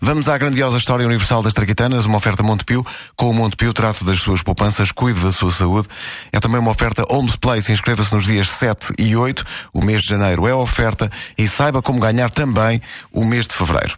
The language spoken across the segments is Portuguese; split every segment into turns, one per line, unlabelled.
Vamos à grandiosa história universal das Traquitanas, uma oferta Montepio. Com o Montepio, trate das suas poupanças, cuide da sua saúde. É também uma oferta Homes Place. Inscreva-se nos dias 7 e 8. O mês de janeiro é oferta e saiba como ganhar também o mês de fevereiro.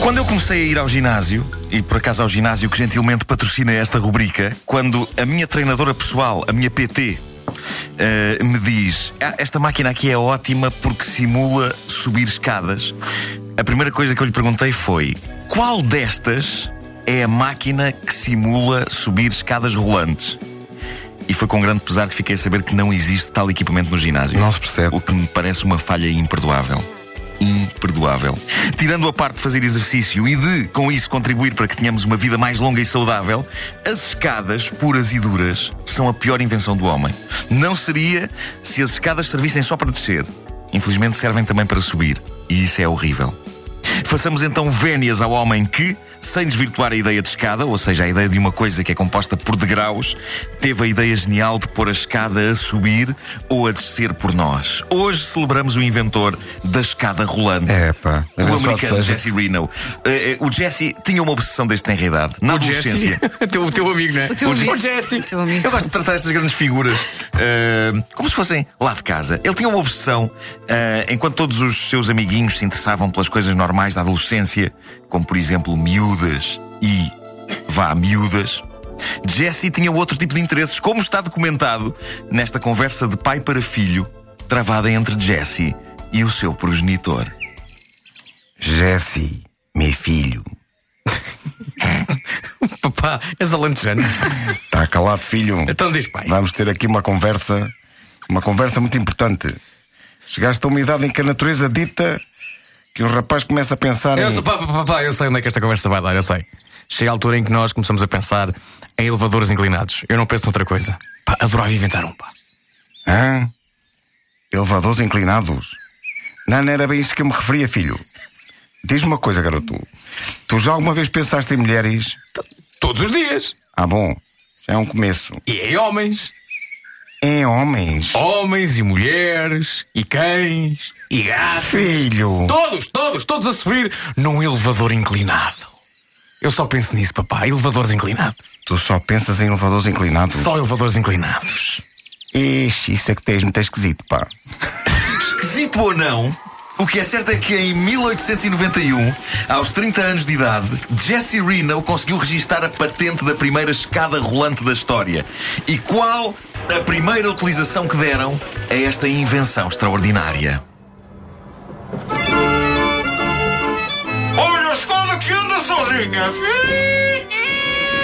Quando eu comecei a ir ao ginásio, e por acaso ao ginásio que gentilmente patrocina esta rubrica, quando a minha treinadora pessoal, a minha PT, eh, me diz: "Ah, Esta máquina aqui é ótima porque simula subir escadas, a primeira coisa que eu lhe perguntei foi: Qual destas é a máquina que simula subir escadas rolantes? E foi com grande pesar que fiquei a saber que não existe tal equipamento no ginásio.
Não se percebe.
O que me parece uma falha imperdoável. Imperdoável. Tirando a parte de fazer exercício e de, com isso, contribuir para que tenhamos uma vida mais longa e saudável, as escadas puras e duras são a pior invenção do homem. Não seria se as escadas servissem só para descer. Infelizmente servem também para subir. E isso é horrível. Façamos então vénias ao homem que, sem desvirtuar a ideia de escada, ou seja, a ideia de uma coisa que é composta por degraus, teve a ideia genial de pôr a escada a subir ou a descer por nós. Hoje celebramos o inventor da escada rolante.
Epá,
o
abençoado
americano
é seja.
Jesse Reno. Eh, eh, O Jesse tinha uma obsessão desde tenra idade. Na adolescência.
o teu, o teu amigo, não é?
teu amigo.
O Jesse.
Teu amigo.
Eu gosto de tratar estas grandes figuras eh, como se fossem lá de casa. Ele tinha uma obsessão, eh, enquanto todos os seus amiguinhos se interessavam pelas coisas normais da adolescência, como por exemplo miúdas e vá, miúdas. Jesse tinha outro tipo de interesses, como está documentado nesta conversa de pai para filho, travada entre Jesse e o seu progenitor.
Jesse, meu filho.
Papá, és alentejano.
Está Tá calado, filho.
Então diz, pai.
Vamos ter aqui uma conversa, uma conversa muito importante. Chegaste a uma idade em que a natureza dita que o rapaz começa a pensar
Eu
em.
sou papá, papá, eu sei onde é que esta conversa vai dar, eu sei. Chega a altura em que nós começamos a pensar em elevadores inclinados. Eu não penso noutra coisa. Pá, adorava inventar um, pá.
Hã? Elevadores inclinados. Não, não era bem isso que eu me referia, filho. Diz-me uma coisa, garoto. Tu já alguma vez pensaste em mulheres?
Todos os dias.
Ah, bom, já é um começo.
E em homens.
Em homens?
Homens e mulheres. E cães. E gatos.
Filho!
Todos, todos, todos a subir num elevador inclinado. Eu só penso nisso, papá. Elevadores inclinados.
Tu só pensas em elevadores inclinados?
Só elevadores inclinados.
Ixi, isso é que tens muito esquisito, pá.
Esquisito ou não, o que é certo é que em 1891, aos 30 anos de idade, Jesse Reno conseguiu registar a patente da primeira escada rolante da história. E qual a primeira utilização que deram a esta invenção extraordinária?
Olha a escola que anda sozinha. Ih,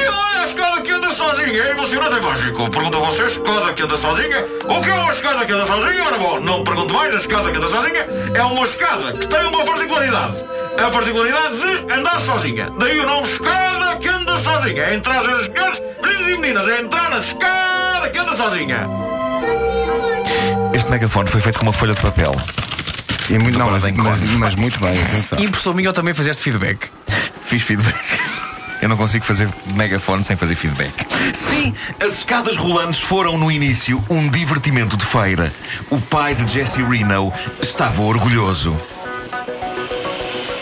Olha a escola que anda sozinha. É emocionante e mágico. Pergunto a vocês, escola que anda sozinha. O que é uma escada que anda sozinha? Ora bom, não pergunto mais. A escada que anda sozinha é uma escada que tem uma particularidade. A particularidade de andar sozinha. Daí o nome escada que anda sozinha. É entrar nas escadas, meninos e meninas. É entrar na escada que anda sozinha.
Este megafone foi feito com uma folha de papel.
E muito, não, mas,
Agora bem
mas- mas muito bem, atenção.
E professor Miguel também fizeste feedback.
Fiz feedback. Eu não consigo fazer megafone sem fazer feedback. Sim, as escadas rolantes foram no início um divertimento de feira. O pai de Jesse Reno estava orgulhoso.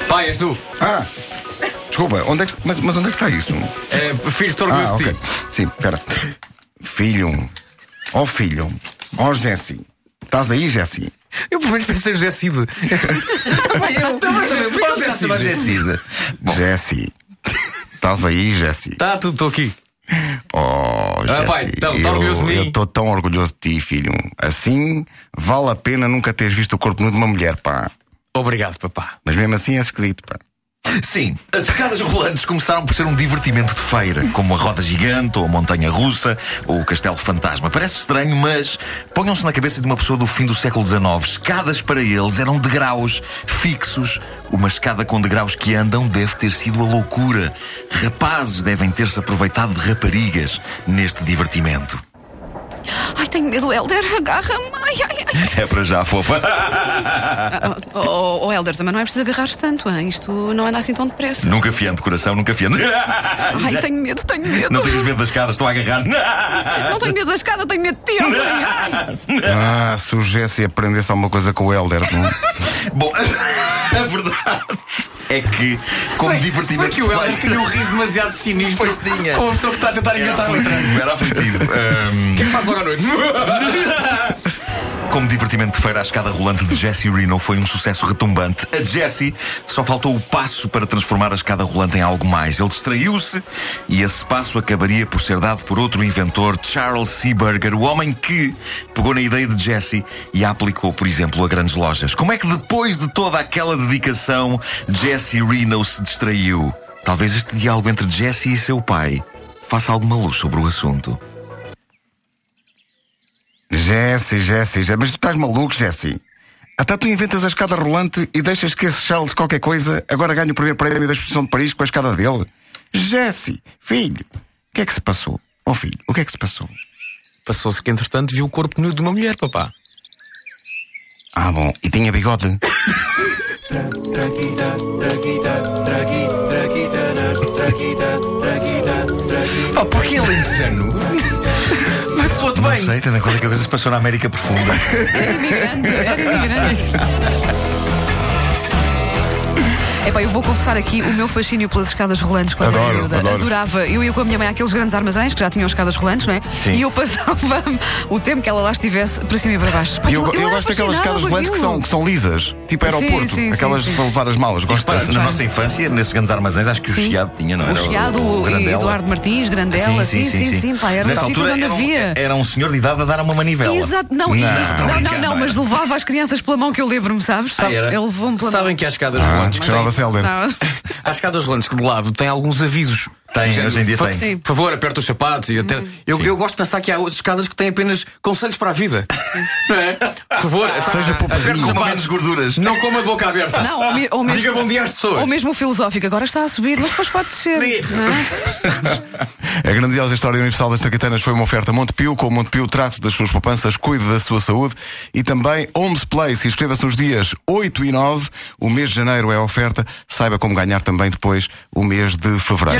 Pai, és tu.
Ah! Desculpa, onde é que, mas, mas onde é que está isso?
É, filho, estou
Ah,
orgulhoso de
ok.
ti.
Sim, espera. Filho. Ó filho. Ó Jesse. Estás aí, Jesse?
Eu pelo menos pensei no José Cid. também eu.
Mas é Cid. Bom,
Jesse. Estás aí, Jesse?
Tá, tudo, estou aqui.
Oh, Jesse.
pai, então, tá
eu-
orgulhoso de mim?
Eu estou tão orgulhoso de ti, filho. Assim, vale a pena nunca teres visto o corpo nu de uma mulher, pá.
Obrigado, papá.
Mas mesmo assim é esquisito, pá.
Sim, as escadas rolantes começaram por ser um divertimento de feira, como a roda gigante, ou a montanha russa, ou o castelo fantasma. Parece estranho, mas ponham-se na cabeça de uma pessoa do fim do século XIX. Escadas para eles eram degraus fixos. Uma escada com degraus que andam deve ter sido a loucura. Rapazes devem ter-se aproveitado de raparigas neste divertimento.
Ai, tenho medo, Helder. Agarra-me. Ai, ai, ai.
É para já, fofa.
Oh, oh, Helder, também não é preciso agarrar tanto, hein? Isto não anda assim tão depressa.
Nunca fiando, coração, nunca fiando.
Ai, tenho medo, tenho medo.
Não tenhas medo das escadas, estou a agarrar.
Não tenho medo da escada, tenho medo de ti, Helder. Ai.
Ah, se o Jesse aprendesse alguma coisa com o Helder.
Bom, a verdade é que, como divertimento.
que o
de
Helder
feira-
tinha um riso demasiado sinistro.
Pois tinha.
Com a pessoa que está a tentar
Era
engatar outra. O
aflitivo, era aflitivo. Ahm,
que é que faz logo à noite?
como divertimento de feira, a escada rolante de Jesse Reno foi um sucesso retumbante. A de Jesse só faltou o passo para transformar a escada rolante em algo mais. Ele distraiu-se e esse passo acabaria por ser dado por outro inventor, Charles C. Burger, o homem que pegou na ideia de Jesse e a aplicou, por exemplo, a grandes lojas. Como é que depois de toda aquela dedicação, Jesse Reno se distraiu? Talvez este diálogo entre Jesse e seu pai faça alguma luz sobre o assunto.
Jesse, Jesse, Jesse. Mas tu estás maluco, Jesse? Até tu inventas a escada rolante e deixas que esse Charles qualquer coisa agora ganhe o primeiro prémio da exposição de Paris com a escada dele. Jesse, filho, o que é que se passou? Oh filho, o que é que se passou?
Passou-se que, entretanto, viu o corpo nudo de uma mulher, papá.
Ah, bom, e tinha bigode.
Pá, porquê alentejano? Mas soa-te bem.
Sei, tendo em conta que a coisa se passou na América Profunda.
Era imigrante, era imigrante. Epá, eu vou confessar aqui o meu fascínio pelas escadas rolantes quando
Adoro,
era miúda.
adoro.
Adorava. Eu ia com a minha mãe àqueles grandes armazéns que já tinham escadas rolantes, não é?
Sim.
E eu passava o tempo que ela lá estivesse para cima e para baixo. Pá,
E eu, eu
era
gosto daquelas
fascinada
escadas
com
rolantes que
aquilo.
são, que são lisas, tipo aeroporto.
Sim, sim,
aquelas
sim, sim.
para levar as malas, gosto
Repara,
dessas.
na nossa infância, nesses grandes armazéns, acho que o
Sim.
Chiado tinha, não
O
era?
Chiado, o
Grandela.
Eduardo Martins, Grandela, sim, sim, sim, pá, era
Nessa
um sítio
altura
onde
era, um,
havia.
era um senhor de idade a dar uma manivela.
Exato, não, e-
tô
não, não,
brincando,
não, mas
era.
levava as crianças pela mão que eu lembro-me, sabes?
Ah, era?
Ele levou-me pela mão.
Sabem que é há escadas
Ah,
rolantes
que
que
chamava-se Helder.
é Não.
Há escadas rolantes que de lado têm alguns avisos.
Tem,
Por
hoje em dia
fa-
tem.
Sim.
Por favor, aperta os sapatos e até. Uhum. Eu, eu gosto de pensar que há outras escadas que têm apenas conselhos para a vida. Não é? Por favor,
Seja
aperta os
pobrezinho.
Coma menos
sapatos.
gorduras.
Não coma de boca aberta.
Não, ou, me- ou mesmo,
Diga bom dia às pessoas.
ou mesmo o filosófico, agora está a subir, mas depois pode descer. não é?
A grandiosa história universal das Tracatanas foi uma oferta a Montepio. Com o Montepio, trate das suas poupanças, cuide da sua saúde e também Homes Place. Inscreva-se nos dias 8 e 9. O mês de janeiro é a oferta. Saiba como ganhar também depois o mês de fevereiro.